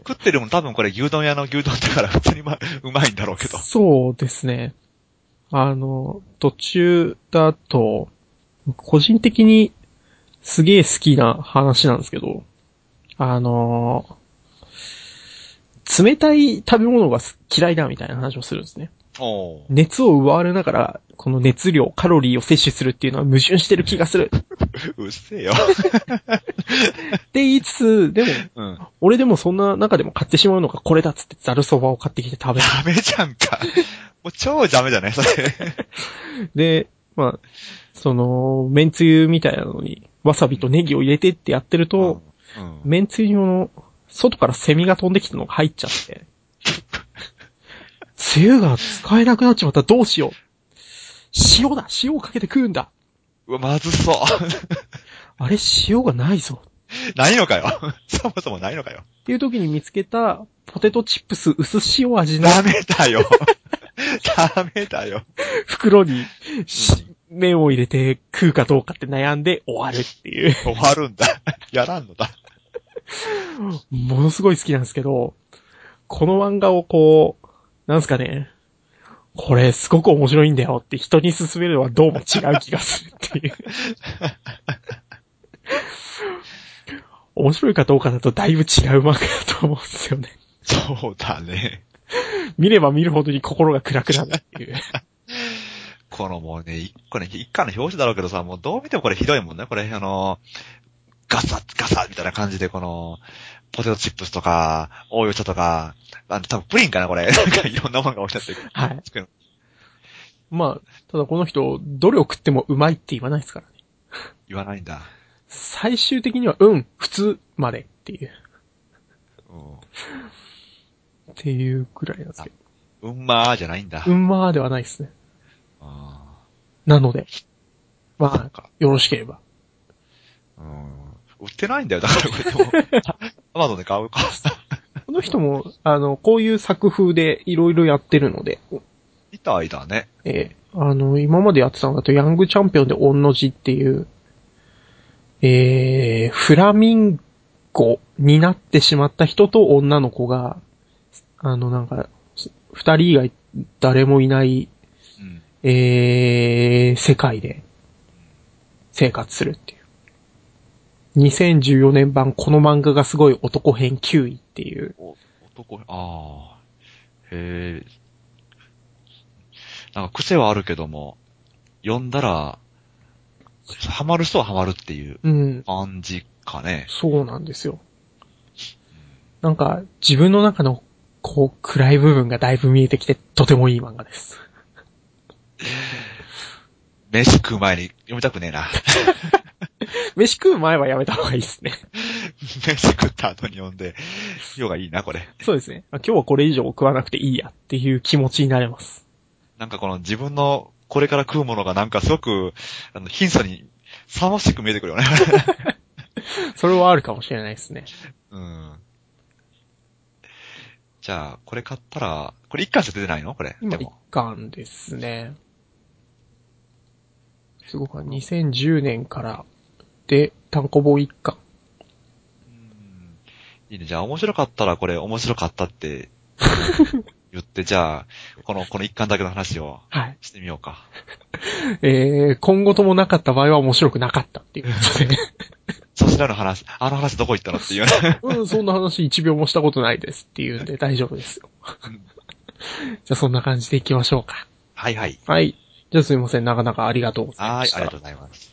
S2: 食ってるもん多分これ牛丼屋の牛丼だから普通にま、うまいんだろうけど。
S1: そうですね。あの、途中だと、個人的にすげえ好きな話なんですけど、あの、冷たい食べ物がす嫌いだみたいな話をするんですね。
S2: おー
S1: 熱を奪われながら、この熱量、カロリーを摂取するっていうのは矛盾してる気がする。っ
S2: うっせえよ。
S1: て言いつつ、でも、
S2: うん。
S1: 俺でもそんな中でも買ってしまうのがこれだっつってザルそばを買ってきて食べる。
S2: ダメじゃんか。もう超ダメじゃないそれ。
S1: で、まあ、その、めんつゆみたいなのに、わさびとネギを入れてってやってると、
S2: ううん。
S1: めんつゆの外からセミが飛んできたのが入っちゃって、 つゆが使えなくなっちまったらどうしよう。塩だ塩をかけて食うんだ
S2: うわ、まずそう。
S1: あれ、塩がないぞ。
S2: ないのかよ。そもそもないのかよ。
S1: っていう時に見つけた、ポテトチップス薄塩味 の
S2: ダメだよ。ダメだよ。
S1: 袋に、し麺を入れて食うかどうかって悩んで終わるっていう。
S2: 終わるんだ。やらんのだ。
S1: ものすごい好きなんですけど、この漫画をこう、なんすかね、これすごく面白いんだよって人に勧めるのはどうも違う気がするっていう。面白いかどうかだとだいぶ違う漫画だと思うんですよね。
S2: そうだね。
S1: 見れば見るほどに心が暗くなるっていう。
S2: このもうね、一個ね、一巻の表紙だろうけどさ、もうどう見てもこれひどいもんね。これ、あの、ガサッガサッみたいな感じで、この、ポテトチップスとか、オーヨ茶とか、あの、多分プリンかな、これ。なんかいろんなものが置いてあって。
S1: はい。まあ、ただこの人、どれを食ってもうまいって言わないですからね。
S2: 言わないんだ。
S1: 最終的には、うん、普通までっていう、
S2: うん。
S1: っていうくらいなんですけど。
S2: うんまーじゃないんだ。
S1: うんまーではないですね。
S2: あ
S1: なので、
S2: そ
S1: ま
S2: う
S1: あ
S2: か、
S1: よろしければ。
S2: ーうん。売ってないんだよ、だからこ れでも。アマゾンで買うか。
S1: この人も、あの、こういう作風でいろいろやってるので、
S2: みたいだね。
S1: えーあの、今までやってたのだと、ヤングチャンピオンでオンの字っていう、えー、フラミンゴになってしまった人と女の子が、あの、なんか、す二人以外誰もいない、
S2: うん。
S1: えー、世界で生活するっていう。2014年版この漫画がすごい男編9位っていう。
S2: お男、ああ。へえ。なんか癖はあるけども、読んだら、ハマる人はハマるっていう
S1: うん。
S2: 感じかね。
S1: そうなんですよ。なんか、自分の中の、こう、暗い部分がだいぶ見えてきて、とてもいい漫画です。
S2: 飯食う前に読みたくねえな。
S1: 飯食う前はやめた方がいいですね。
S2: 飯食った後に読んで、よがいいな、これ。
S1: そうですね。あ今日はこれ以上食わなくていいやっていう気持ちになれます。
S2: なんかこの自分のこれから食うものがなんかすごく、あの、貧相に、さましく見えてくるよね。
S1: それはあるかもしれないですね。
S2: うん。じゃあ、これ買ったら、これ一巻しか出てないのこれ。
S1: 今、
S2: で
S1: 一
S2: も
S1: 巻ですね。すごくない2010年から、で、単行本一巻。
S2: うんいいね。じゃあ、面白かったら、これ、面白かったって、言って、じゃあ、この、この一巻だけの話を
S1: はい。
S2: してみようか。
S1: えー、今後ともなかった場合は面白くなかったっていうこと で。
S2: そちらの話、あの話どこ行ったのっていうね。
S1: うん、そんな話一秒もしたことないですっていうんで大丈夫ですよ。 じゃあそんな感じで行きましょうか。
S2: はいはい。
S1: はい。じゃあすいません、なかなかありがとうござい
S2: は
S1: ま
S2: い
S1: し、た
S2: ありが。とうございます。